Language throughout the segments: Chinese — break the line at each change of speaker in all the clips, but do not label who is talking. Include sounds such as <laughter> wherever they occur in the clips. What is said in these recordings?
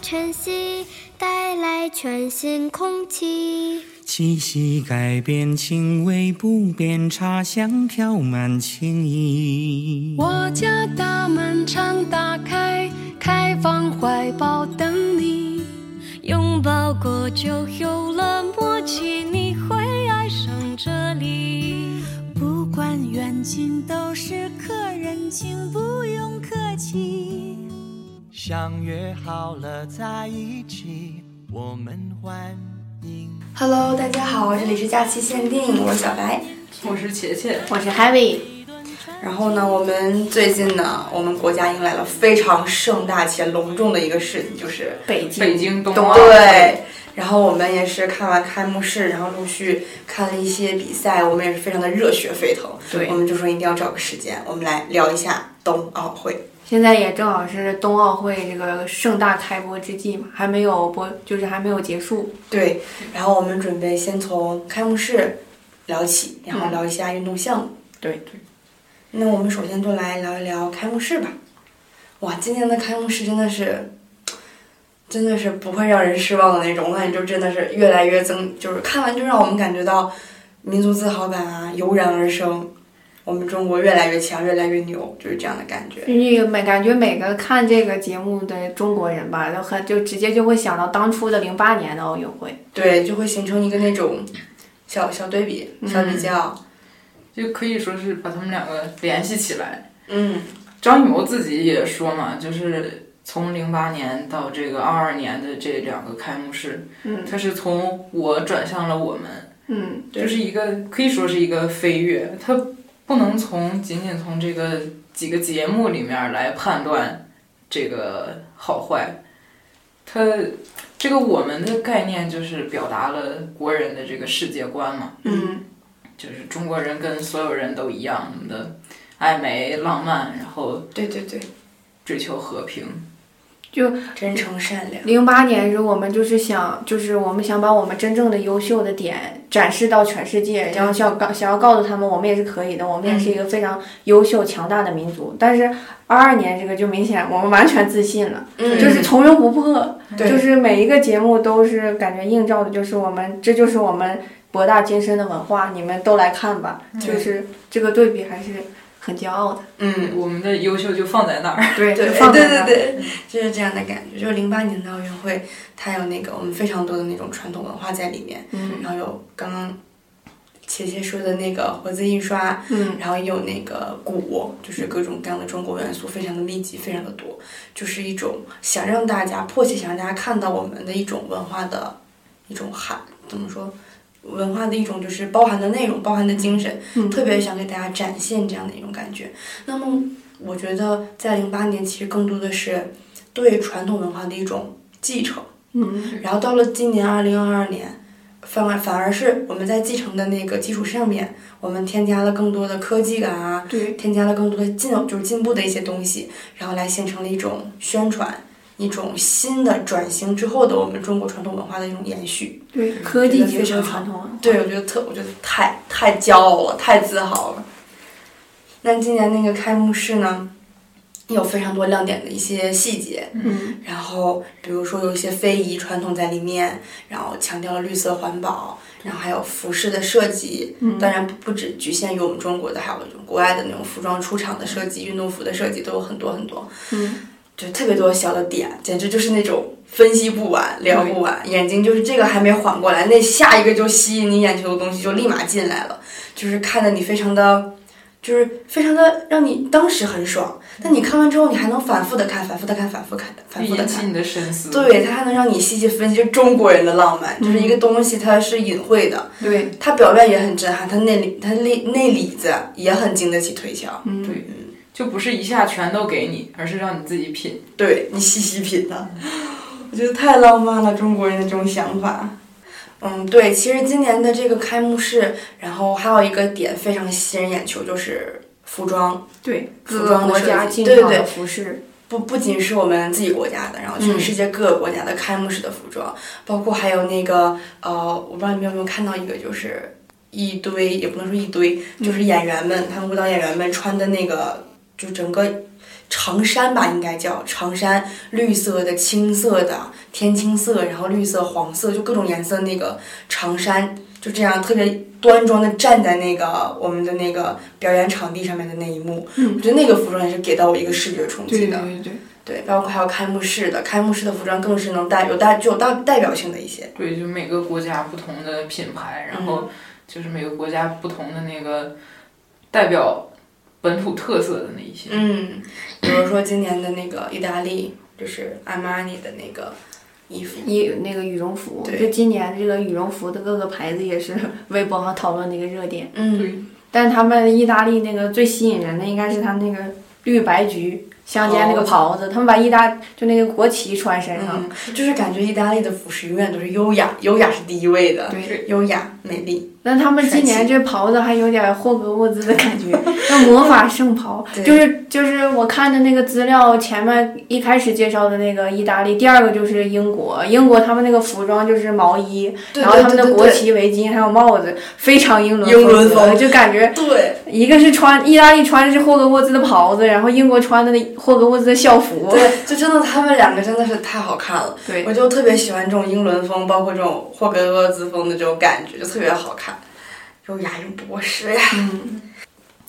晨曦带来全新空气。
气息改变，情味不变，茶香飘满情意。
我家大门常打开，开放怀抱等你，拥抱过就有了默契，你会爱上这里。
不管远近都是客人，请不用客气。
相约好了在一起，我们欢迎。
Hello，大家好，这里是假期限定，我是小白，
我是琪琪，
我是 Happy。
然后呢，我们最近呢，我们国家迎来了非常盛大且隆重的一个事情，就是
北京，
北京冬奥会，
对。然后我们也是看完开幕式，然后陆续看了一些比赛，我们也是非常的热血沸腾。
对
我们就说一定要找个时间，我们来聊一下冬奥会。
现在也正好是冬奥会这个盛大开播之际嘛，还没有播，就是还没有结束。
对，然后我们准备先从开幕式聊起，然
嗯
后聊一下运动项目。
对对，
那我们首先就来聊一聊开幕式吧。哇，今年的开幕式真的是，真的是不会让人失望的那种。我感觉就真的是越来越增，就是看完就让我们感觉到民族自豪感啊油然而生。我们中国越来越强，越来越牛，就是这样的感觉。
就是每感觉每个看这个节目的中国人吧，都很就直接就会想到当初的零八年的奥运会。
对，就会形成一个那种小小对比、小比较。
嗯就可以说是把他们两个联系起来。
嗯，
张艺谋自己也说嘛，就是从零八年到这个二二年的这两个开幕式，
嗯
他是从我转向了我们，
嗯，
对
就是一个可以说是一个飞跃，他不能从仅仅从这个几个节目里面来判断这个好坏，他。这个我们的概念就是表达了国人的这个世界观嘛，
嗯，
就是中国人跟所有人都一样的爱美、浪漫，然后
对对对，
追求和平。
真诚善良。
零八年如果我们就是想，就是我们想把我们真正的优秀的点展示到全世界，然后想告想要告诉他们，我们也是可以的，我们也是一个
嗯
非常优秀强大的民族。但是二二年这个就明显我们完全自信了，
嗯
就是从容不迫，
对
就是每一个节目都是感觉映照的，就是我们这就是我们博大精深的文化，你们都来看吧，就是这个对比还是很骄傲的，
嗯，
我们的优秀就放在
<laughs>
那儿，
对
对
就放在
对
那
对
儿
对，就是这样的感觉。就是零八年的奥运会，它有那个我们非常多的那种传统文化在里面，
嗯
然后有刚刚切切说的那个活字印刷，
嗯
然后也有那个鼓，就是各种各样的中国元素，非常的密集，非常的多，就是一种想让大家迫切想让大家看到我们的一种文化的一种含怎么说？文化的一种就是包含的内容，包含的精神，
嗯，
特别想给大家展现这样的一种感觉。那么，我觉得在零八年其实更多的是对传统文化的一种继承，
嗯
然后到了今年二零二二年，反而反而是我们在继承的那个基础上面，我们添加了更多的科技感啊，
对。
添加了更多的进就是进步的一些东西，然后来形成了一种宣传。一种新的转型之后的我们中国传统文化的一种延续，
对，科
觉
技
得
结
非
合
常好
传统文化。
对我觉得特，我觉得太太骄傲了，太自豪了。那今年那个开幕式呢，有非常多亮点的一些细节，
嗯
然后比如说有一些非遗传统在里面，然后强调了绿色环保，然后还有服饰的设计，
嗯
当然不不只局限于我们中国的，还有一种国外的那种服装出厂的设计、运动服的设计都有很多很多，
嗯，
就特别多小的点，简直就是那种分析不完、聊不完，眼睛就是这个还没缓过来，那下一个就吸引你眼球的东西就立马进来了，就是看得你非常的，就是非常的让你当时很爽，但你看完之后你还能反复的看、反复的看、反复地看、
就
反复的
引起
看。
你的深思。
对，它还能让你细细分析中国人的浪漫，就是一个东西，它是隐晦的，
对，
它表面也很震撼，它内里它内内里子也很经得起推敲。
嗯
对就不是一下全都给你，而是让你自己品。
对你细细品的，我觉得太浪漫了，中国人的这种想法。嗯，对，其实今年的这个开幕式，然后还有一个点非常吸引眼球，就是服装，
对，
服
各
装的
个啊国家
设计
进
对
场
对
的服饰，
不不仅是我们自己国家的，然后全世界各个国家的开幕式的服装，包括还有那个呃，我不知道你们有没有看到一个，就是一堆也不能说一堆，就是演员们，他们舞蹈演员们穿的那个，就整个长衫吧，应该叫长衫，绿色的、青色的、天青色，然后绿色、黄色，就各种颜色那个长衫，就这样特别端庄的站在那个我们的那个表演场地上面的那一幕，
嗯
我觉得那个服装也是给到我一个视觉冲击
对
的。
对对，
对，包括还有开幕式的，开幕式的服装更是能代有代具有代代表性的一些。
对，就每个国家不同的品牌，然后就是每个国家不同的那个代表本土特色的那一些。
嗯，比如说今年的那个意大利，就是阿玛尼的那个衣服。
一那个羽绒服，
对
就今年这个羽绒服的各个牌子也是 <laughs> 微博上讨论的一个热点。
嗯，
对，
但是他们意大利那个最吸引人的应该是他那个绿白橘相间那个袍子，他们把意大就那个国旗穿身上，
嗯，就是感觉意大利的服饰永远都是优雅，优雅是第一位的，
对，
优雅美丽。
但他们今年这袍子还有点霍格沃兹的
<laughs>
感觉，就魔法圣袍，
对
就是就是我看的那个资料，前面一开始介绍的那个意大利，第二个就是英国，英国他们那个服装就是毛衣，
对
然后
对
他们的
对
国
对
旗、围巾还有帽子，非常英伦
英伦
风格，
风
就感觉
对对
一个是穿意大利穿的是霍格沃兹的袍子，然后英国穿的那霍格沃兹的校服。
对，就真的他们两个真的是太好看了，
对
我就特别喜欢这种英伦风，包括这种霍格沃兹风的这种感觉，就特别好看，优雅又博士呀。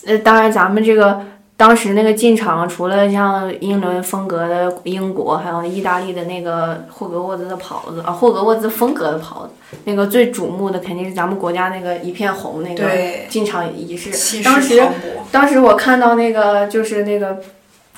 呃，当然咱们这个当时那个进场，除了像英伦风格的英国，还有意大利的那个霍格沃兹的袍子啊，霍格沃兹风格的袍子，那个最瞩目的肯定是咱们国家那个一片红那个
对
进场仪
气
式。
势
当时
磅礴
当时我看到那个就是那个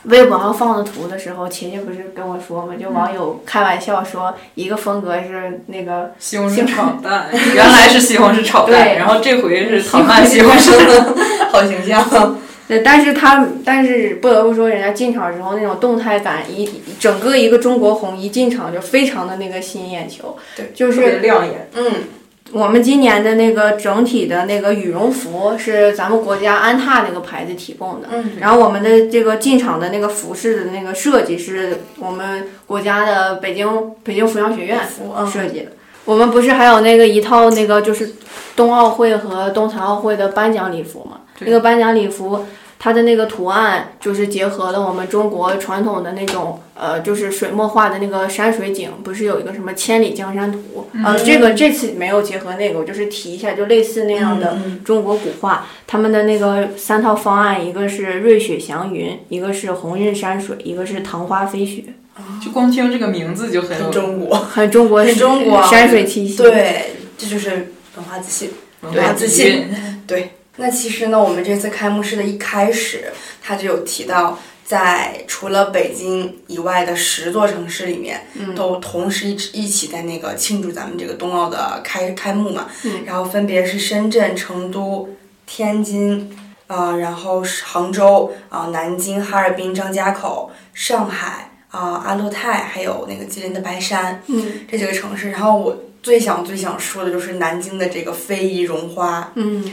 微博上放的图的时候，琪琪不是跟我说嘛，就网友开玩笑说一个风格是那个
西红柿炒蛋，原来是西红柿炒蛋，
对
然后这回是炒蛋西红柿。
<laughs> 好形象。
对，但是他但是不得不说，人家进场之后那种动态感一，一整个一个中国红一进场就非常的那个吸引眼球。
对，
就
特别
是
亮眼，
嗯，
我们今年的那个整体的那个羽绒服是咱们国家安踏那个牌子提供的，
嗯，
然后我们的这个进场的那个服饰的那个设计是我们国家的北京北京服装学院
嗯
设计的。我们不是还有那个一套那个就是冬奥会和冬残奥会的颁奖礼服嘛？
对
那个颁奖礼服它的那个图案就是结合了我们中国传统的那种呃，就是水墨画的那个山水景，不是有一个什么千里江山图？
嗯
呃，这个这次没有结合那个，我就是提一下，就类似那样的
嗯
中国古画，他们的那个三套方案，一个是瑞雪祥云，一个是红日山水，一个是桃花飞雪，
就光听这个名字就很有
很中国。
很中国
很中国
山水气息。
对，这就是文化自信。
文
对
化
自
底
信
蕴。
对，那其实呢，我们这次开幕式的一开始，他就有提到，在除了北京以外的十座城市里面，
嗯
都同时一一起在那个庆祝咱们这个冬奥的开开幕嘛。
嗯
然后分别是深圳、成都、天津，呃，然后是杭州啊、南京、哈尔滨、张家口、上海啊、阿勒泰，还有那个吉林的白山。
嗯
这几个城市，然后我最想最想说的就是南京的这个非遗绒花，
嗯，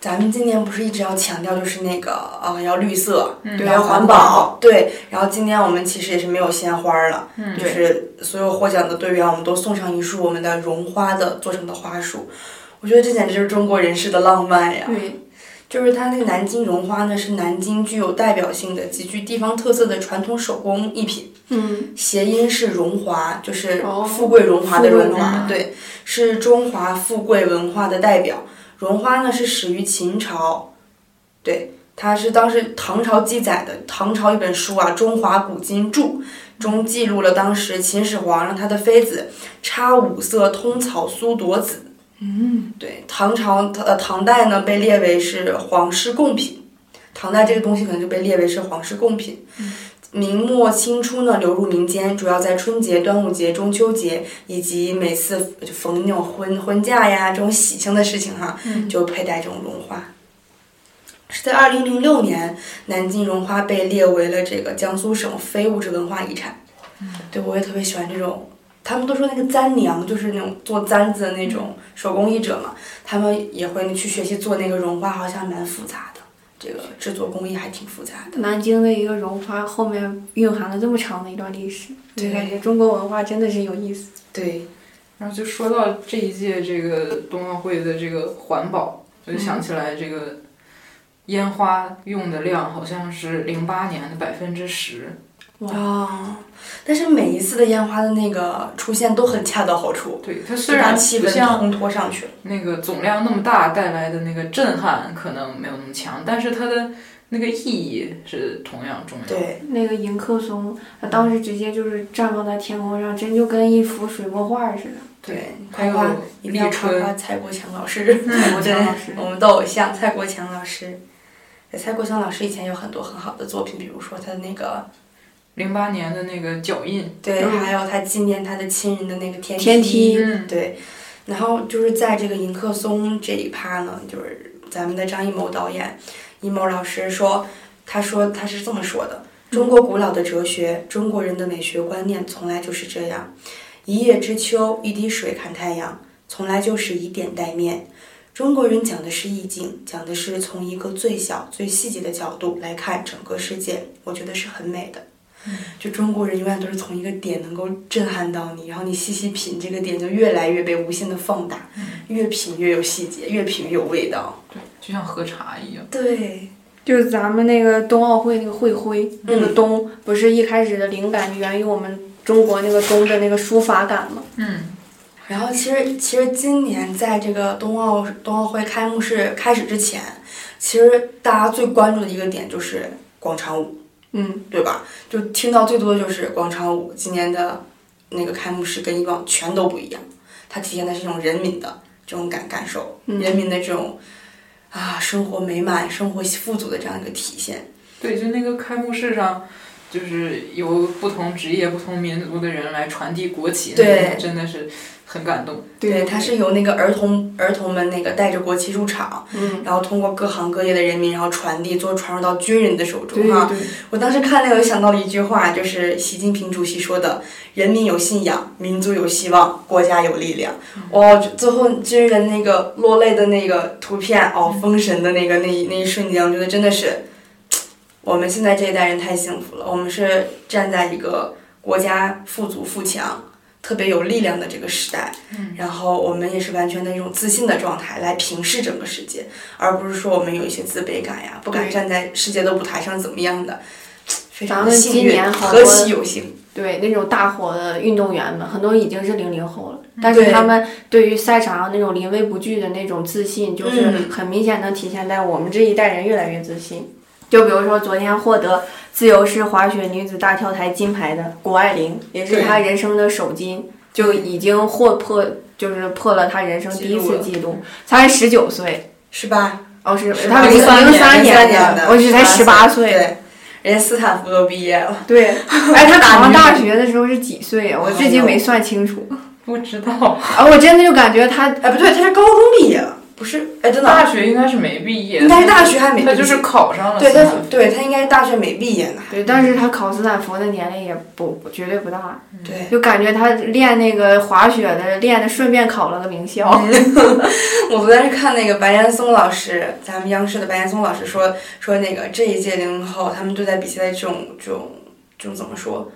咱们今年不是一直要强调就是那个啊、要绿色，要
对嗯要环
环
保，
对。然后今年我们其实也是没有鲜花了，
嗯
就是所有获奖的队员，我们都送上一束我们的绒花的做成的花束。我觉得这简直就是中国人士的浪漫呀！
对。
就是它那个南京绒花呢，是南京具有代表性的、极具地方特色的传统手工艺品。
嗯
谐音是荣华，就是
哦
富贵荣华的荣
富贵荣
华，
华
对，是中华富贵文化的代表。荣花呢是始于秦朝，对，它是当时唐朝记载的，唐朝一本书啊，《中华古今注》中记录了当时秦始皇让他的妃子插五色通草苏朵子。嗯，对，唐朝呃唐代呢被列为是皇室贡品，唐代这个东西可能就被列为是皇室贡品。明末清初呢流入民间，主要在春节、端午节、中秋节以及每次就逢那种婚婚嫁呀这种喜庆的事情哈，就佩戴这种绒花。是在二零零六年，南京绒花被列为了这个江苏省非物质文化遗产。对，我也特别喜欢这种。他们都说那个簪娘就是那种做簪子的那种手工艺者嘛，他们也会去学习做那个绒花，好像蛮复杂的，这个制作工艺还挺复杂的。
南京的一个绒花后面蕴含了这么长的一段历史，就
对
感觉中国文化真的是有意思。
对，
然后就说到
嗯
这一届这个冬奥会的这个环保，我就想起来这个烟花用的量好像是零八年的百分之十。
哇！哦但是每一次的烟花的那个出现都很恰到好处，
对，它
就
虽
把
然
气
不
氛
像
烘托上去了。
那个总量那么大带来的那个震撼可能没有那么强，但是它的那个意义是同样重要。，
对，
那个迎客松，它当时直接就是绽放在天空上，真就跟一幅水墨画似的。
对，
还
夸夸
有
一定要
立
夸
春
夸蔡国强老师，
蔡国强老师
嗯对我们的偶像蔡国强老师。蔡国强老师以前有很多很好的作品，比如说他的那个，
零八年的那个脚印，
对，
嗯
还有他纪念他的亲人的那个天
天梯
嗯，
对，然后就是在这个迎客松这一趴呢，就是咱们的张艺谋导演，艺谋老师说，他说他是这么说的：中国古老的哲学，中国人的美学观念从来就是这样，一叶知秋，一滴水看太阳，从来就是以点带面。中国人讲的是意境，讲的是从一个最小、最细节的角度来看整个世界，我觉得是很美的。就中国人永远都是从一个点能够震撼到你，然后你细细品这个点就越来越被无限的放大，越品越有细节，越品越有味道。
对，就像喝茶一样。
对，
就是咱们那个冬奥会那个会徽，那
嗯
个冬不是一开始的灵感源于我们中国那个冬的那个书法感吗？
嗯，
然后其实其实今年在这个冬奥冬奥会开幕式开始之前，其实大家最关注的一个点就是广场舞，
嗯，
对吧？就听到最多的就是广场舞。今年的那个开幕式跟以往全都不一样，它体现的是一种人民的这种感感受，
嗯
人民的这种啊生活美满、生活富足的这样一个体现。
对，就那个开幕式上，就是由不同职业、不同民族的人来传递国旗，
对
那个真的是很感动。
对，它是由那个儿童儿童们那个带着国旗入场，
嗯，
然后通过各行各业的人民，然后传递，最后传入到军人的手中
对对
哈。
对，
我当时看那个，想到了一句话，就是习近平主席说的：“人民有信仰，民族有希望，国家有力量。”哇，最后军人那个落泪的那个图片，哦，封神的那个那一那一瞬间，我觉得真的是，我们现在这一代人太幸福了。我们是站在一个国家富足富强、特别有力量的这个时代，然后我们也是完全的一种自信的状态来平视整个世界，而不是说我们有一些自卑感呀，不敢
对
站在世界的舞台上怎么样的。非
咱
常
们
幸
今
运
年，好
何
多
其有幸！
对那种大火的运动员们，很多已经是零零后了，但是
对
他们对于赛场上那种临危不惧的那种自信，就是
嗯
很明显能体现在我们这一代人越来越自信。就比如说昨天获得自由式滑雪女子大跳台金牌的谷爱凌，也是
对
她人生的首金，就已经获破，就是破了她人生第一次
记
记录，才十九岁。
是吧？
哦，是
是
她
吧
零
03
零三
年
年
的，
我只才十八岁。
对，人家斯坦福都毕业 <laughs> 了。
对，哎，她考上大学的时候是几岁呀？我至今没算清楚。
不知道，
啊，我真的就感觉她
哎，不对，他是高中毕业了，不是？哎，真的，
大学应该是没毕业，
应该是大学还没毕业
他就是考上了
对
斯
他
坦
是
福，，
对他应该是大学没毕业呢。
对，但是他考斯坦福的年龄也不绝对不大，
对，
就感觉他练那个滑雪的练的，顺便考了个名校。
<laughs> 我昨天是看那个白岩松老师，咱们央视的白岩松老师说说那个这一届零零后，他们对待比赛的这种这种这种怎么说？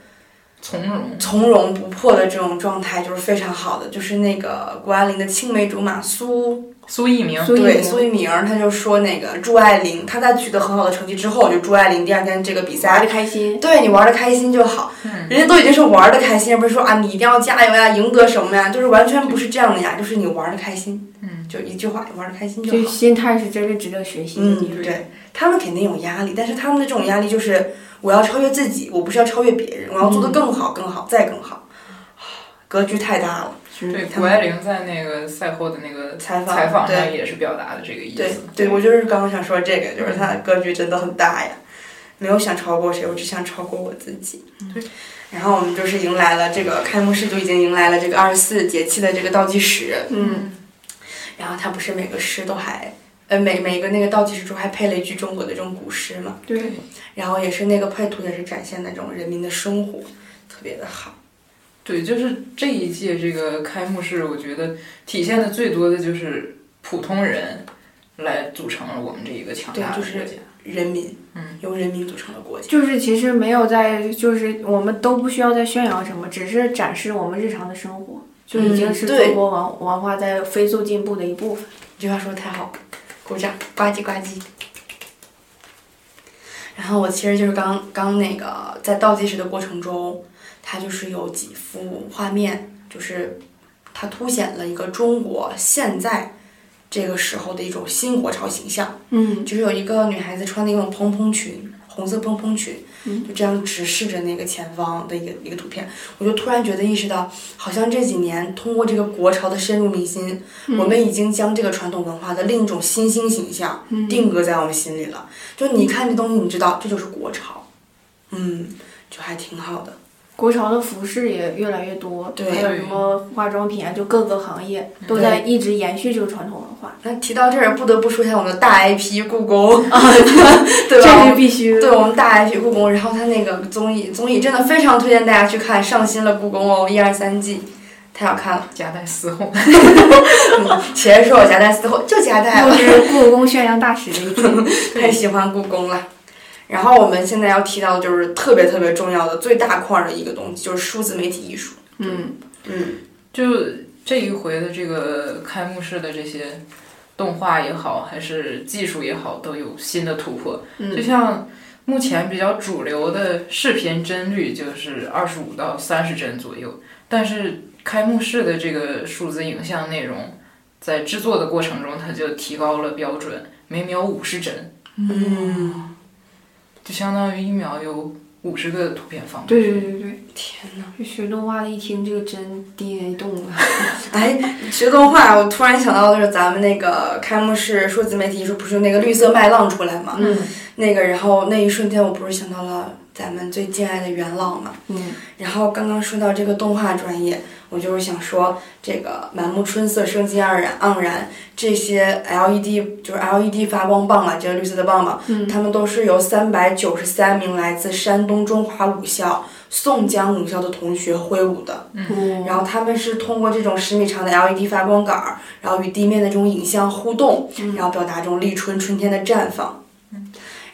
从容。
从容不迫的这种状态就是非常好的，就是那个谷爱凌的青梅竹马苏
苏翊鸣，
苏翊
嗯对
鸣
苏翊鸣，他就说那个朱爱玲，她在取得很好的成绩之后，就朱爱玲第二天这个比
玩
赛
的，开心，
对你玩的开心就好，
嗯
人家都已经是玩的开心，而不是说啊你一定要加油呀，赢得什么呀，就是完全不是这样的呀，就是你玩的开心，
嗯，
就一句话，玩的开心就
就
好。
心态是真是值得学习的地
嗯，
方。
对，他们肯定有压力，但是他们的这种压力就是我要超越自己，我不是要超越别人，我要做得更好、更好、再更好，啊格局太大了。
对，谷爱凌在那个赛后的那个
嗯采访
采访上
对
也是表达的这个意
对
思。
对，我就是刚刚想说这个，就是他的格局真的很大呀，没有想超过谁，我只想超过我自己。
嗯
然后我们就是迎来了这个开幕式，就已经迎来了这个二十四节气的这个倒计时。
嗯，
然后他不是每个诗都还，呃，每每个那个倒计时中还配了一句中国的这种古诗嘛，
对，
然后也是那个配图也是展现那种人民的生活，特别的好。
对，就是这一届这个开幕式，我觉得体现的最多的就是普通人来组成了我们这一个强大的
对
国
就
家。
是人民，
嗯，
由人民组成的国家。
就是其实没有在，就是我们都不需要再宣扬什么，只是展示我们日常的生活，就已经是
嗯对
中国文文化在飞速进步的一部分。
这句话说的太好了，鼓掌，呱唧呱唧。然后我其实就是刚刚那个在倒计时的过程中，它就是有几幅画面，就是它凸显了一个中国现在这个时候的一种新国潮形象。
嗯
就是有一个女孩子穿的一种蓬蓬裙，红色蓬蓬裙，
嗯
就这样直视着那个前方的一个一个图片，我就突然觉得意识到，好像这几年通过这个国潮的深入民心，
嗯
我们已经将这个传统文化的另一种新兴形象
嗯
定格在我们心里了。就你看这东西，你知道这就是国潮，嗯，就还挺好的。
国潮的服饰也越来越多，
对嗯
还有什么化妆品啊，就各个行业都在一直延续这个传统文化，
那提到这儿，不得不说一下我们的大 IP 故宫， <laughs> 对吧？
<laughs> 这是必须的。
对我们大 IP 故宫，然后它那个综艺综艺真的非常推荐大家去看，上新了故宫哦，一二三季，太好看了。
夹带私货。
谁说我夹带私货就夹带
又
了，
是故宫宣扬大使的一天。
<laughs> 太喜欢故宫了。然后我们现在要提到的就是特别特别重要的最大块儿的一个东西，就是数字媒体艺术。
嗯，
嗯，
就这一回的这个开幕式的这些动画也好，还是技术也好，都有新的突破。就像目前比较主流的视频帧率就是二十五到三十帧左右，但是开幕式的这个数字影像内容，在制作的过程中，它就提高了标准，每秒五十帧，
嗯，
就相当于一秒有五十个图片放。
对
<laughs>
对对对，
天哪！
这学动画的一听这个真 DNA 动了。
<laughs> 哎，学动画，我突然想到的是咱们那个开幕式数字媒体艺术，不是有那个绿色麦浪出来吗？
嗯
那个，然后那一瞬间，我不是想到了咱们最敬爱的元老吗？
嗯，
然后刚刚说到这个动画专业，我就是想说，这个满目春色、生机盎然、盎然，这些 LED 就是 LED 发光棒啊，这个绿色的棒棒，
嗯
他们都是由三百九十三名来自山东中华武校、宋江武校的同学挥舞的。
嗯
嗯然后他们是通过这种十米长的 LED 发光杆儿，然后与地面的这种影像互动，然后表达这种立春春天的绽放。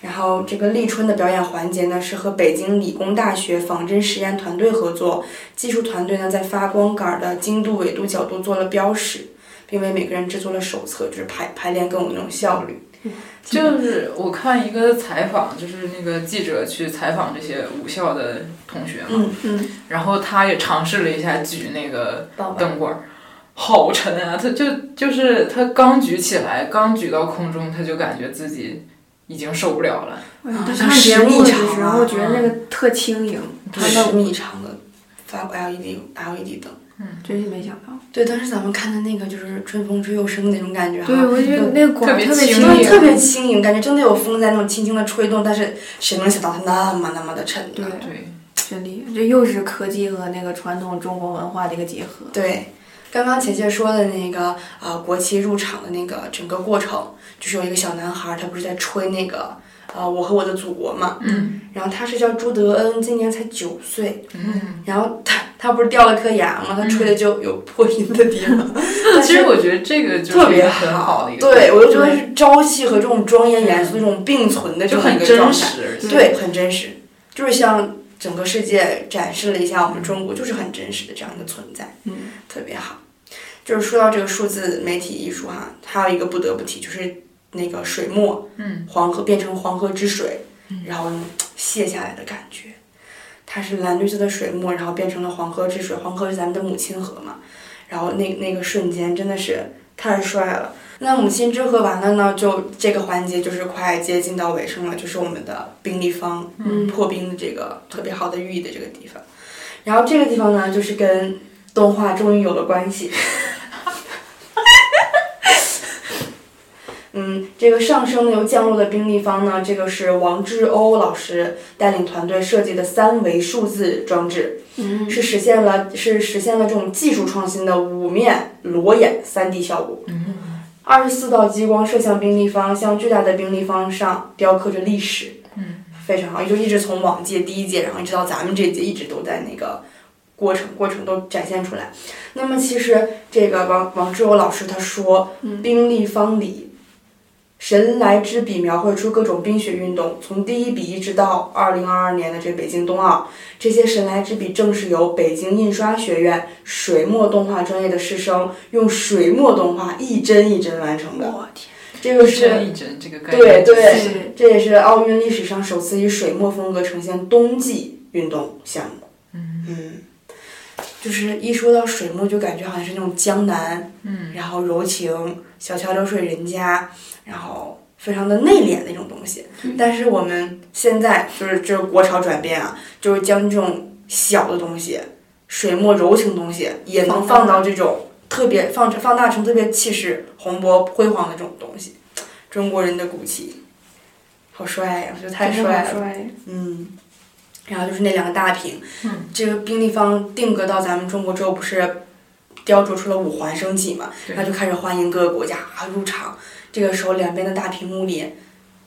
然后这个立春的表演环节呢，是和北京理工大学仿真实验团队合作，技术团队呢在发光杆儿的经度、纬度、角度做了标识，并为每个人制作了手册，就是排排练更有那种效率。
就是我看一个采访，就是那个记者去采访这些武校的同学嘛，
嗯
嗯
然后他也尝试了一下举那个
棒棒，
灯管儿，好沉啊！他就就是他刚举起来，刚举到空中，他就感觉自己已经受不了了。
我
啊
哎看节目的时
啊
候觉得那个特轻盈，
它十米长的发 E LED LED 灯。
真是没想到。
对，当时咱们看的那个就是春风吹又生那种感觉哈，
对，我觉得那个广
特别
特别
轻
轻
盈
就是
盈，
特别轻盈，嗯感觉真的有风在那种轻轻的吹动，但是谁能想到它那么那么的沉
对
呢？，
对，
真厉害。这又是科技和那个传统中国文化的一个结合。嗯
对，刚刚姐姐说的那个呃国旗入场的那个整个过程，就是有一个小男孩儿，他不是在吹那个呃我和我的祖国嘛，
嗯
然后他是叫朱德恩，今年才九岁，
嗯。
然后他他不是掉了颗牙嘛，他吹的就有破音的地方，
<laughs>
但
其
是
实我觉得这个就
特
是一
别
个很好的一个，
对，我就觉得是朝气和这种庄严严肃的这种并存的这
就
么一
很
个状
真
态，
实。
对
对，很真实，就是像整个世界展示了一下我们中国就是很真实的这样一个存在，
嗯，
特别好。就是说到这个数字媒体艺术哈，还有一个不得不提就是那个水墨，
嗯，
黄河变成黄河之水，然后泻下来的感觉。它是蓝绿色的水墨，然后变成了黄河之水。黄河是咱们的母亲河嘛，然后那那个瞬间真的是太帅了。那母亲之河完了呢，就这个环节就是快接近到尾声了，就是我们的冰立方、
嗯
破冰的这个特别好的寓意的这个地方。然后这个地方呢，就是跟动画终于有了关系。 <laughs> 嗯，这个上升又降落的冰立方呢，这个是王志欧老师带领团队设计的三维数字装置，
嗯
是实现了是实现了这种技术创新的五面裸眼 3D 效果。二十四道激光射向冰立方，向巨大的冰立方上雕刻着历史。
嗯，
非常好，也就一直从往届第一届，然后一直到咱们这届，一直都在那个过程过程都展现出来。那么其实这个王王志友老师他说，
嗯
冰立方里。神来之笔描绘出各种冰雪运动，从第一笔一直到二零二二年的这个北京冬奥，这些神来之笔正是由北京印刷学院水墨动画专业的师生用水墨动画一帧一帧完成的。
我天，
这个
一
是
针一针这个概
对
念。
对
是，
这也是奥运历史上首次以水墨风格呈现冬季运动项目。嗯就是一说到水墨，就感觉好像是那种江南，
嗯，
然后柔情、小桥流水人家，然后非常的内敛的一种东西。但是我们现在就是这个国潮转变啊，就是将这种小的东西，水墨柔情东西，也能放到这种特别放放大成特别气势宏博辉煌的这种东西，中国人的骨气，好帅呀、我觉得太
真的
帅了。
好帅。
嗯，然后就是那两个大屏，
嗯
这个宾利方定格到咱们中国之后，不是雕琢出了五环升起嘛，
对
然后就开始欢迎各个国家啊入场。这个时候，两边的大屏幕里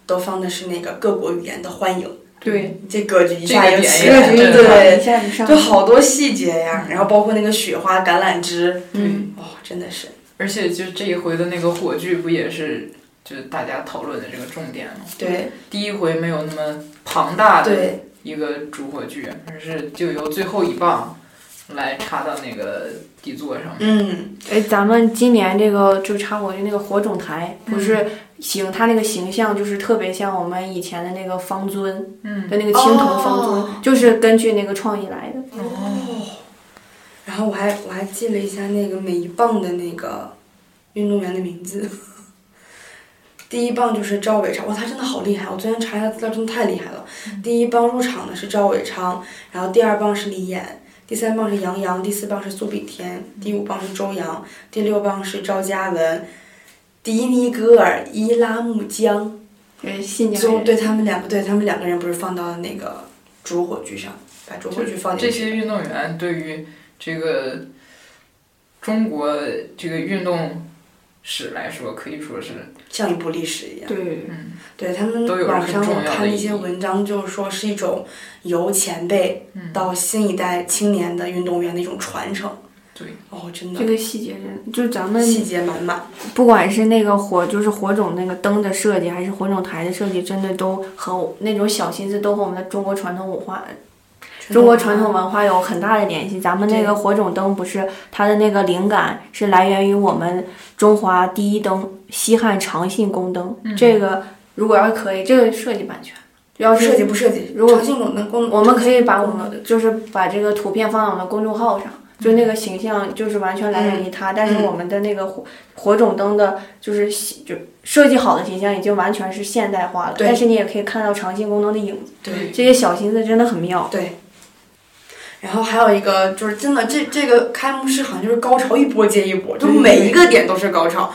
都放的是那个各国语言的欢迎，
对，
这格局一下
这个
就
点
起
也
来
很嗯
了，
震撼
<laughs> 对，一
对，
下就上，
就，好多细节呀，然后包括那个雪花、橄榄枝，
嗯，
哇、真的是，
而且就这一回的那个火炬，不也是就是大家讨论的这个重点吗？
对
第一回没有那么庞大的
对
一个主火炬，而是就由最后一棒来插到那个底座上面。
嗯，
哎，咱们今年这个就插火炬那个火种台，不是形，它那个形象就是特别像我们以前的那个方尊
嗯，
的那个青铜方尊，
哦
就是根据那个创意来的。
然后我还我还记了一下那个每一棒的那个运动员的名字， <laughs> 第一棒就是赵伟昌，哇，他真的好厉害！我昨天查一下资料，真的太厉害了。
嗯
第一棒入场的是赵伟昌，然后第二棒是李演，第三棒是杨洋第四棒是苏炳添，
嗯
第五棒是周洋，第六棒是赵嘉文。迪尼戈尔、伊拉木江，
就是信
最后
仰
对他们两个，对他们两个人不是放到了那个主火炬上，把主火炬放进
这
去。
些运动员对于这个中国这个运动史来说，可以说是
像一部历史一样。
对，
嗯
对他们
都有
网
很
上
重
我
要的
看一
意
些
义
文章，就是说是一种由前辈
嗯
到新一代青年的运动员的一种传承。
对，
哦，真
这
的
个嗯细节真，就咱们
细节满满。
不管是那个火，就是火种那个灯的设计，还是火种台的设计，真的都和我那种小心思都和我们的中国传统文化、中
嗯
国传统文化有很大的联系。咱们那个火种灯不是它的那个灵感是来源于我们中华第一灯西汉长信宫灯。
嗯
这个如果要是可以，这个设计版权，要是
设计不嗯设计，
如果
长信宫能功，
我们可以把我
功
们就是把这个图片放到我们的公众号上，就那个形象就是完全来
嗯
源于它，但是我们的那个火火种灯的，就是喜就设计好的形象已经完全是现代化了，
对
但是你也可以看到长信宫灯的影子，
对
这些小心思真的很妙。
对。然后还有一个就是真的，这这个开幕式好像就是高潮一波接一波，就
对
每一个点都是高潮。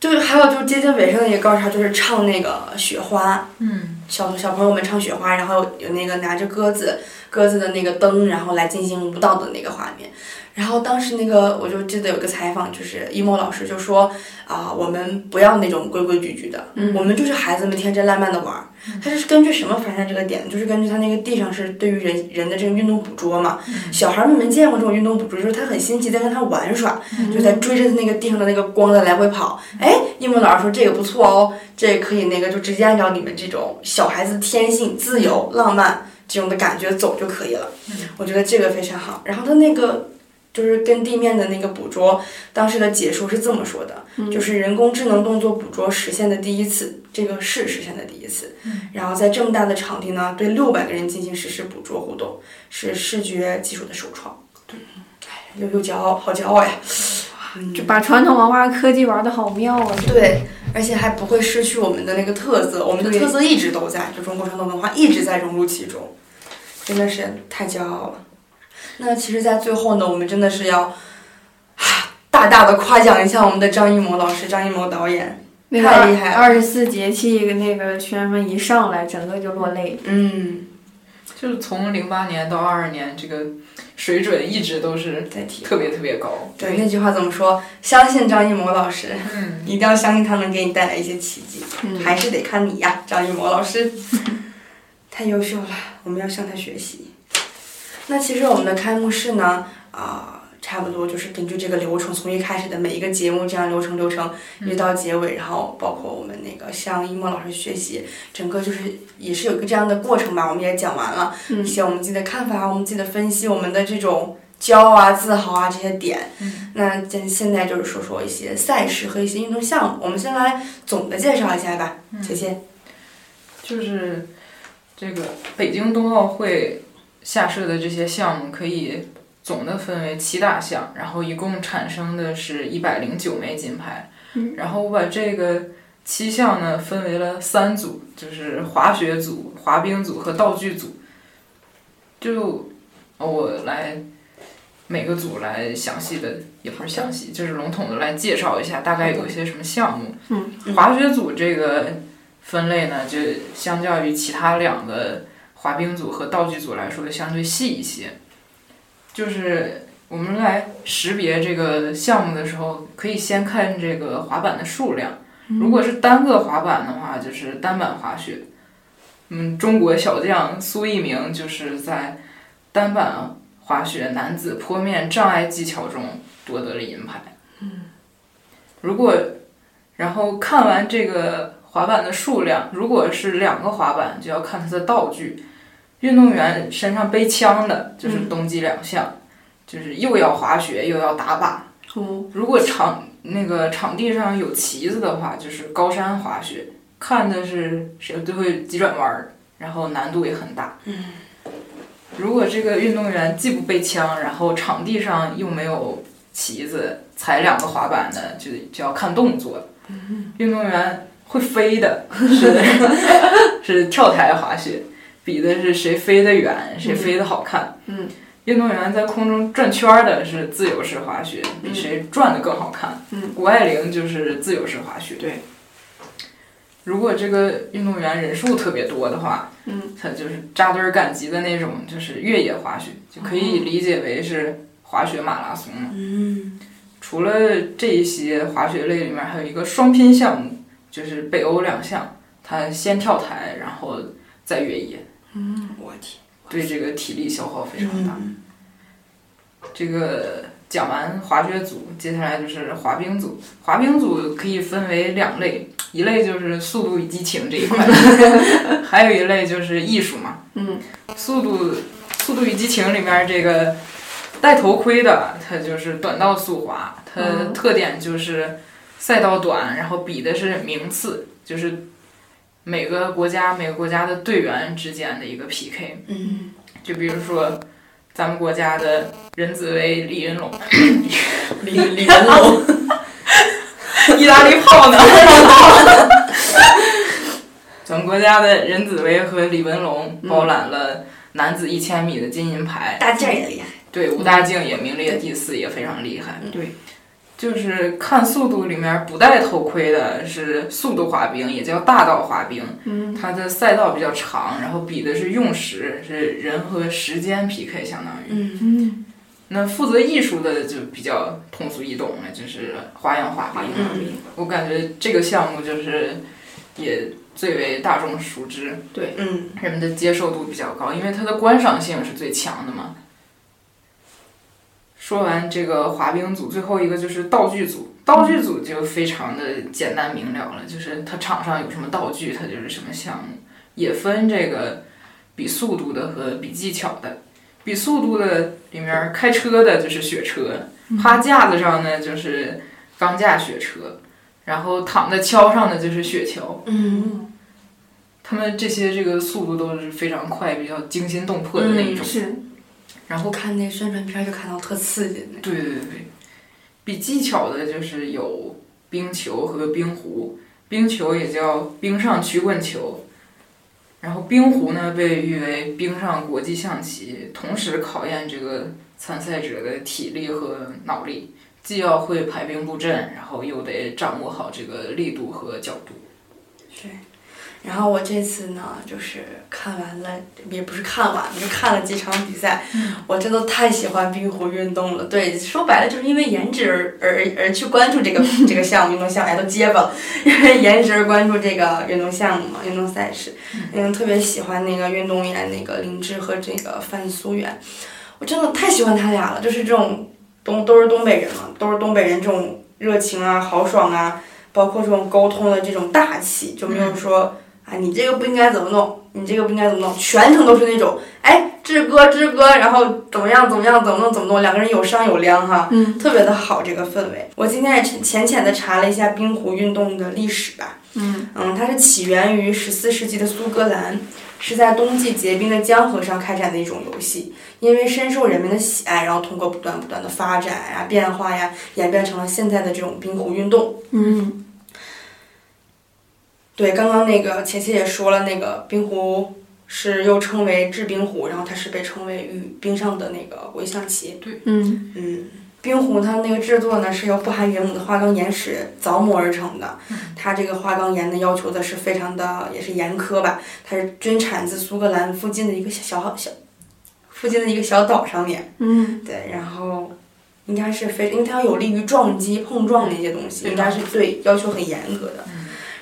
就是还有就是接近尾声的一个高潮，就是唱那个雪花，
嗯，
小小朋友们唱雪花，然后有那个拿着鸽子鸽子的那个灯，然后来进行舞蹈的那个画面。然后当时那个我就记得有个采访，就是一梦老师就说啊、我们不要那种规规矩矩的，我们就是孩子们天真烂漫的玩儿。他是根据什么发现这个点？就是根据他那个地上是对于人人的这个运动捕捉嘛，小孩们没见过这种运动捕捉，就是他很新奇，在跟他玩耍，就在追着那个地上的那个光在来回跑。哎，一梦老师说这个不错哦，这可以那个就直接按照你们这种小孩子天性、自由、浪漫这种的感觉走就可以了。我觉得这个非常好。然后他那个就是跟地面的那个捕捉，当时的解说是这么说的，就是人工智能动作捕捉实现的第一次，这个是实现的第一次。然后在这么大的场地呢，对六百个人进行实时捕捉互动，是视觉技术的首创。对，哎，又又骄傲，好骄傲呀！
就把传统文化科技玩的好妙啊！
对，而且还不会失去我们的那个特色，我们的
对
特色一直都在，就中国传统文化一直在融入其中，真的是太骄傲了。那其实，在最后呢，我们真的是要啊大大的夸奖一下我们的张艺谋老师、张艺谋导演，
那个
太厉害了
二十四节气那个宣传一上来，整个就落泪。
嗯，
就是从零八年到二二年，这个水准一直都是
再提。
特别特别高。
对，那句话怎么说？相信张艺谋老师，
嗯，
一定要相信他能给你带来一些奇迹。
嗯
还是得看你呀，张艺谋老师，太优秀了，我们要向他学习。那其实我们的开幕式呢，啊、差不多就是根据这个流程，从一开始的每一个节目这样流程流程，一直到结尾，然后包括我们那个向一梦老师学习，整个就是也是有一个这样的过程吧。我们也讲完了，一些我们自己的看法，我们自己的分析，我们的这种骄傲啊、自豪啊这些点。那现现在就是说说一些赛事和一些运动项目，我们先来总的介绍一下吧，
嗯
姐姐。
就是这个北京冬奥会下设的这些项目，可以总的分为七大项，然后一共产生的是一百零九枚金牌。然后我把这个七项呢分为了三组，就是滑雪组、滑冰组和道具组。就我来每个组来详细的，也不是详细，就是笼统的来介绍一下大概有一些什么项目。
嗯
滑雪组这个分类呢，就相较于其他两个滑冰组和道具组来说，相对细一些。就是我们来识别这个项目的时候，可以先看这个滑板的数量。如果是单个滑板的话，就是单板滑雪。嗯，中国小将苏翊鸣就是在单板滑雪男子坡面障碍技巧中夺得了银牌。嗯，如果然后看完这个滑板的数量，如果是两个滑板，就要看它的道具。运动员身上背枪的，就是冬季两项，就是又要滑雪又要打靶。
哦，
如果场那个场地上有旗子的话，就是高山滑雪，看的是谁最会急转弯儿，然后难度也很大。嗯。如果这个运动员既不背枪，然后场地上又没有旗子，踩两个滑板的，就就要看动作。运动员会飞的，嗯是 <laughs> 是跳台滑雪，比的是谁飞得远，谁飞得好看。
嗯，
运动员在空中转圈儿的是自由式滑雪，比谁转的更好看。
嗯，
谷爱凌就是自由式滑雪。
对，
如果这个运动员人数特别多的话，
嗯，
他就是扎堆儿赶集的那种，就是越野滑雪，就可
哦
以理解为是滑雪马拉松嘛。
嗯，
除了这一些滑雪类里面，还有一个双拼项目，就是北欧两项，它先跳台，然后再越野，
我天，
对这个体力消耗非常大。这个讲完滑雪组，接下来就是滑冰组。滑冰组可以分为两类，一类就是速度与激
嗯
情这一块，还有一类就是艺术嘛。
嗯，
速度速度与激情里面这个戴头盔的，它就是短道速滑，它
嗯
特点就是赛道短，然后比的是名次，就是每个国家每个国家的队员之间的一个 PK。
嗯，
就比如说咱们国家的任子威、李云龙，
李李云龙，
<laughs> 意大利炮呢？咱们国家的任子威和李文龙
嗯
包揽了男子一千米的金银牌，
大件儿也厉害。
对武大靖也名列第四，也非常厉害。
嗯
对，
就是看速度里面不戴头盔的是速度滑冰，也叫大道滑冰，
嗯
它的赛道比较长，然后比的是用时，是人和时间 PK，相当于。
嗯
嗯
那负责艺术的就比较通俗易懂了，就是花样滑冰。啊
嗯
我感觉这个项目就是也最为大众熟知，
嗯
人们的接受度比较高，因为它的观赏性是最强的嘛。说完这个滑冰组，最后一个就是道具组。道具组就非常的简单明了了，就是它场上有什么道具，它就是什么项目，也分这个比速度的和比技巧的。比速度的里面，开车的就是雪车，趴架子上呢就是钢架雪车，然后躺在橇上的就是雪橇。
嗯，
他们这些这个速度都是非常快，比较惊心动魄的那一种。
是
然后
我看那宣传片就看到特刺激那。
对对对对，比技巧的就是有冰球和冰壶，冰球也叫冰上曲棍球，然后冰壶呢被誉为冰上国际象棋，同时考验这个参赛者的体力和脑力，既要会排兵布阵，然后又得掌握好这个力度和角度。
然后我这次呢，就是看完了，也不是看完，就看了几场比赛。我真的太喜欢冰壶运动了。对，说白了就是因为颜值而而而去关注这个这个项目运动项目，哎，都结巴了，因为颜值而关注这个运动项目嘛，运动赛事。嗯，特别喜欢那个运动员那个林芝和这个范苏媛，我真的太喜欢他俩了。就是这种东都是东北人嘛，都是东北人这种热情啊、豪爽啊，包括这种沟通的这种大气，就没有说。啊，你这个不应该怎么弄，你这个不应该怎么弄，全程都是那种，哎，志哥志哥，然后怎么样怎么样怎么弄怎么弄，两个人有商有量哈，
嗯，
特别的好这个氛围。我今天也浅浅的查了一下冰壶运动的历史吧，
嗯
嗯，它是起源于十四世纪的苏格兰，是在冬季结冰的江河上开展的一种游戏。因为深受人们的喜爱，然后通过不断不断的发展呀、变化呀，演变成了现在的这种冰壶运动。
嗯
对，刚刚那个琪琪也说了，那个冰壶是又称为制冰壶，然后它是被称为与冰上的那个国际象棋。
嗯
嗯，冰壶它那个制作呢是由不含原母的花岗岩石凿磨而成的，它这个花岗岩的要求的是非常的也是严苛吧，它是均产自苏格兰附近的一个小小小附近的一个小岛上面。
嗯
对，然后应该是非，因为它有利于撞击、碰撞那些东西，
对嗯
应该是最要求很严格的。 <laughs>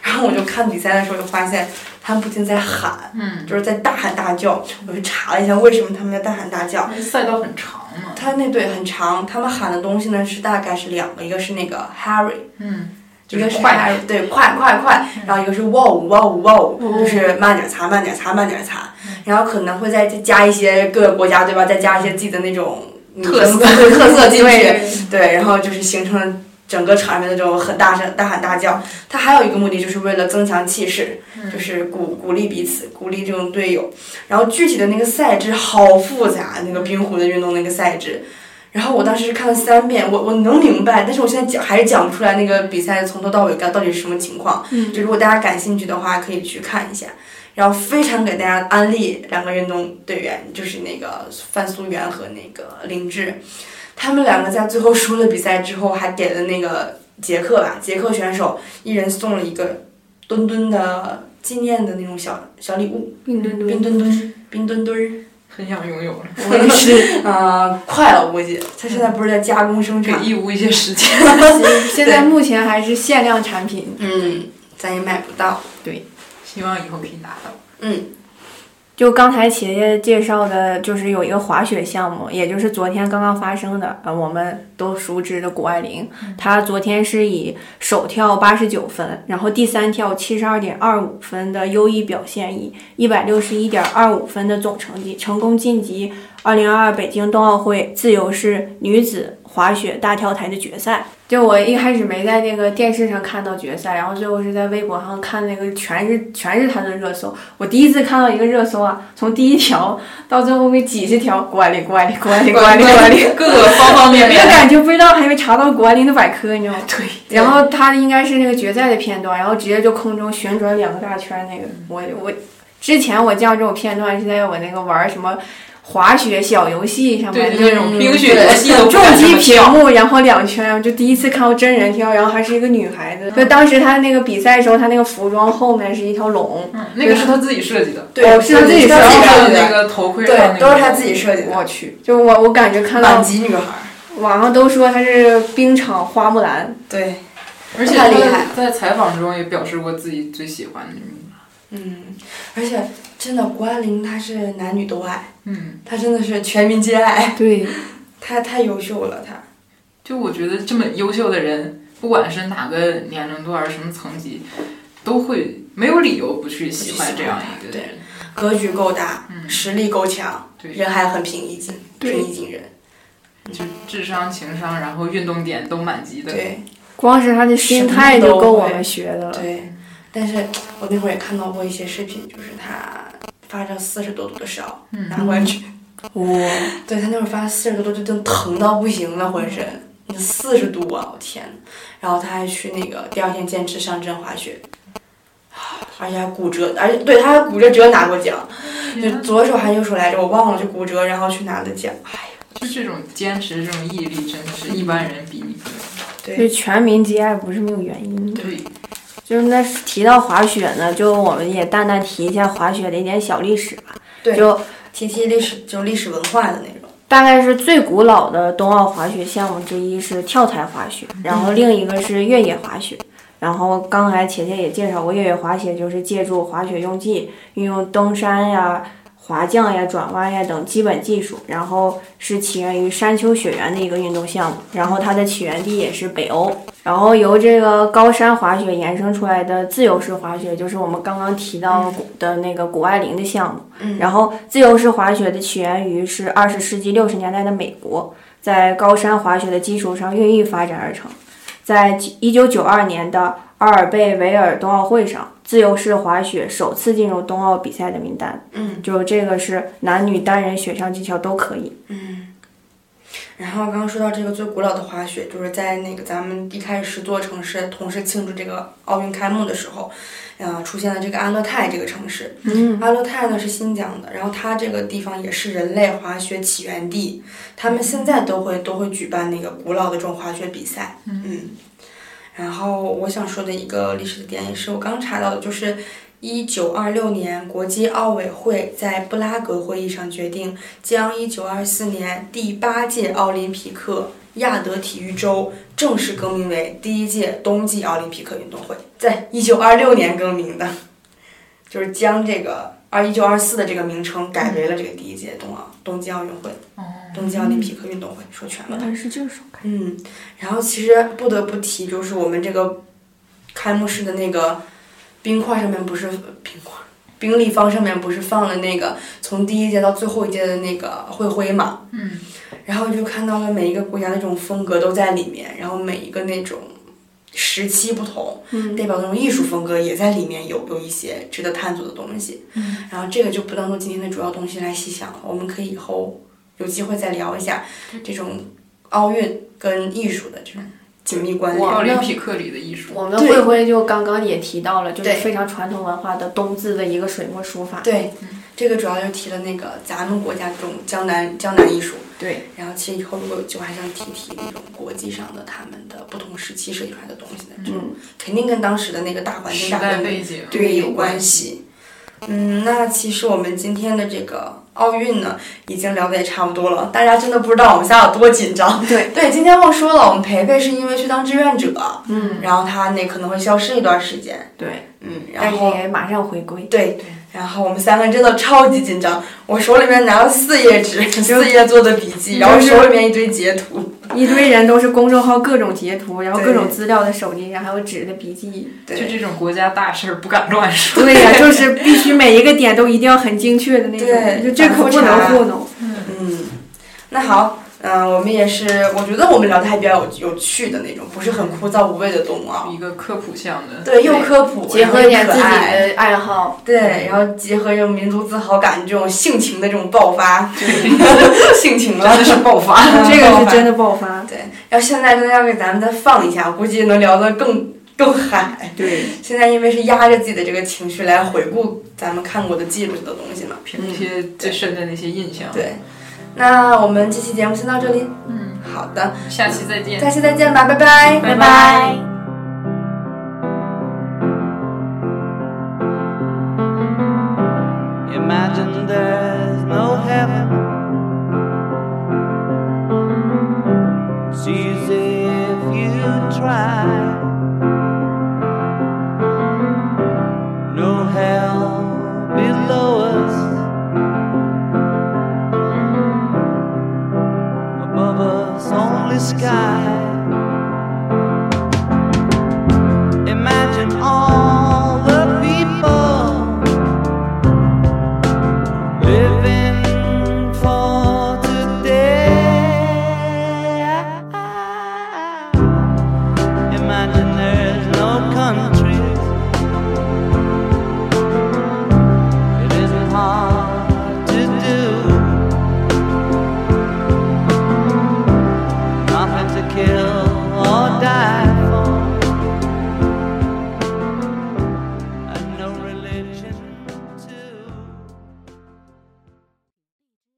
然后我就看比赛的时候，就发现他们不停在喊，
嗯，
就是在大喊大叫。我就查了一下，为什么他们在大喊大叫？
因为赛道很长嘛，
他那队很长，他们喊的东西呢是大概是两个，一个是那个 Harry，
嗯，
一
就
个
是
是
快，
Harry，对，快快快，然后一个是 Wow Wow Wow，
哦
就是慢点擦，慢点擦，慢点擦。然后可能会再加一些各个国家对吧，再加一些自己的那种嗯
特色
对特色进去。
对
对，然后就是形成了整个场面的这种很大声、大喊大叫。它还有一个目的，就是为了增强气势，
嗯
就是鼓鼓励彼此，鼓励这种队友。然后具体的那个赛制好复杂，那个冰壶的运动那个赛制。然后我当时是看了三遍，我我能明白，但是我现在讲还是讲不出来那个比赛从头到尾该到底是什么情况。就如果大家感兴趣的话，可以去看一下。然后非常给大家安利两个运动队员，就是那个范苏元和那个林志，他们两个在最后输了比赛之后，还给了那个捷克吧，捷克选手一人送了一个墩墩的纪念的那种小小礼物，
冰墩
冰墩
墩，
墩，冰墩墩儿，
很想拥有了，
我也是。 <laughs>
啊，快了，我估计他现在不是在加工生
给
产，
义乌一些时间。
现在目前还是限量产品，
嗯，咱也买不到，
希望以后可以拿到。
嗯
就刚才企业介绍的，就是有一个滑雪项目，也就是昨天刚刚发生的，呃，我们都熟知的谷爱凌，她昨天是以首跳八十九分，然后第三跳七十二点二五分的优异表现，以一百六十一点二五分的总成绩，成功晋级二零二二北京冬奥会自由式女子滑雪大跳台的决赛。就我一开始没在那个电视上看到决赛，然后最后是在微博上看那个全是全是她的热搜，我第一次看到一个热搜啊，从第一条到最后面几十条，谷爱凌，谷爱凌，谷爱凌，谷爱凌，谷爱凌，
各个方方面
没有
面。
感觉，不知道还没查到谷爱凌的百科，你知道吗？
<laughs> 对，
然后她应该是那个决赛的片段，然后直接就空中旋转两个大圈那个，
嗯
我我之前我见到这种片段是在我那个玩什么滑雪小游戏上面
对，
那
就
种
那种冰雪游戏都不
重
敢这
击
么
屏
跳，
幕，然后两圈，我就第一次看到真人跳，然后还是一个女孩
嗯
子。就当时她那个比赛的时候，她那个服装后面是一条龙，
嗯，那个是他自己设计的，
对，
哦是她自己
设
设
然
计
后
计
的
还有
的，
那个头盔上那
对，
个，
都是他自己设计的，
我去，就我我感觉看
满
到
级女孩儿，
网上都说她是冰场花木兰，
对，
而且
太厉害
他在采访中也表示过自己最喜欢的女的。
嗯，而且真的，谷爱凌她是男女都爱，
嗯，
她真的是全民皆爱，
对，
她太优秀了，她。
就我觉得这么优秀的人，不管是哪个年龄段儿、什么层级，都会没有理由不去喜欢这样一个人。
格局够大，
嗯
实力够强，
对
人还很平易近，
对
平易近人，
就智商、情商，然后运动点都满级的。
对
光是她的心态就够我们学的了。
对。但是我那会儿也看到过一些视频，就是她发着四十多度的烧、
嗯
拿冠军，
哇，
<laughs> 对她那会儿发四十多度就已经疼到不行了，浑身四十度啊，我天！然后她还去那个第二天坚持上阵滑雪。啊而且还骨折，而且对她还骨折折拿过奖，就
就
左手还右手来着，我忘了，就骨折，然后去拿的奖。
就这种坚持、这种毅力，真的是一般人比拟不
嗯
了。
就全民皆爱不是没有原因的。
对，
就是那提到滑雪呢，就我们也淡淡提一下滑雪的一点小历史吧。
对
就
提提历史，就历史文化的那种。
大概是最古老的冬奥滑雪项目之一是跳台滑雪，然后另一个是越野滑雪。然后刚才姐姐也介绍过，越野滑雪就是借助滑雪用具，运用登山呀、
滑降呀、转弯呀等基本技术，然后是起源于山丘雪原的一个运动项目，然后它的起源地也是北欧，然后由这个高山滑雪延伸出来的自由式滑雪，就是我们刚刚提到的那个谷爱凌的项目。
嗯
然后自由式滑雪的起源于是二十世纪六十年代的美国，在高山滑雪的基础上孕育发展而成。在一九九二年的阿尔贝维尔冬奥会上，自由式滑雪首次进入冬奥比赛的名单。
嗯
就这个是男女单人雪上技巧都可以。
嗯。然后刚刚说到这个最古老的滑雪，就是在那个咱们一开始十座城市同时庆祝这个奥运开幕的时候，呃，出现了这个阿勒泰这个城市。
嗯，
阿勒泰呢是新疆的，然后它这个地方也是人类滑雪起源地，他们现在都会都会举办那个古老的这种滑雪比赛，嗯。然后我想说的一个历史的点也是我刚查到的，就是一九二六年国际奥委会在布拉格会议上决定，将一九二四年第八届奥林匹克亚德体育周正式更名为第一届冬季奥林匹克运动会，在一九二六年更名的。就是将这个二一九二四的这个名称改为了这个第一届冬奥冬季奥运会，冬季奥林匹克运动会，说全了。
是这首歌。
嗯，然后其实不得不提，就是我们这个开幕式的那个冰块上面不是冰块，冰立方上面不是放了那个从第一届到最后一届的那个会徽嘛？
嗯，
然后就看到了每一个国家的这种风格都在里面，然后每一个那种时期不同，
嗯
代表那种艺术风格也在里面有有一些值得探索的东西。嗯，然后这个就不当做今天的主要东西来细想了，我们可以以后有机会再聊一下这种奥运跟艺术的这种紧密关
奥
联。
林匹克里的艺术，
我们的
对
慧慧就刚刚也提到了，就是
对
非常传统文化的冬字的一个水墨书法。
对，这个主要就提了那个咱们国家这种江南江南艺术，
对，
然后其实以后如果有机会还想提提那种国际上的他们的不同时期设计出来的东西的，这种
嗯，
肯定跟当时的那个大环境、
时
大
代
背
背景
对有关。系。嗯，那其实我们今天的这个奥运呢，已经聊得也差不多了。大家真的不知道我们仨有多紧张。 <laughs>
对
对，今天忘说了，我们培培是因为去当志愿者，
嗯，
然后他那可能会消失一段时间。
对，
嗯，然
但是
后
也马上回归。
对，然后我们三个人真的超级紧张，我手里面拿了四页纸，
<laughs>
四页做的笔记，然后手里面一堆截图。
一堆人都是公众号各种截图，然后
对
各种资料的手机上，还有纸的笔
<laughs>
记。
就
对
这种国家大事儿不敢乱说。
对呀、就是必须每一个点都一定要很精确的那
对
种，就这可不
反复
能
查
糊弄。
嗯，那好，嗯、我们也是，我觉得我们聊的还比较有有趣的那种，不是很枯燥无味的冬奥。
一个科普项的，
对，又科普，
嗯结合一
又
点
可
自己
爱，
的爱好，
对，然后结合有民族自豪感这种性情的这种爆
<laughs>
发，性情了，嗯
真的是爆发。
这个是真的爆发。
对，要现在真的要给咱们再放一下，估计能聊得更更嗨。
对，
现在因为是压着自己的这个情绪来回顾咱们看过的、记住的东西嘛。
凭一些最深的那些印象。，
对，那我们这期节目先到这里。
嗯，
好的，
下期再见。
下期再见吧，拜拜，
拜
拜。
Imagine there's no heaven. Seize if you try. No hell below us. Above us, only sky.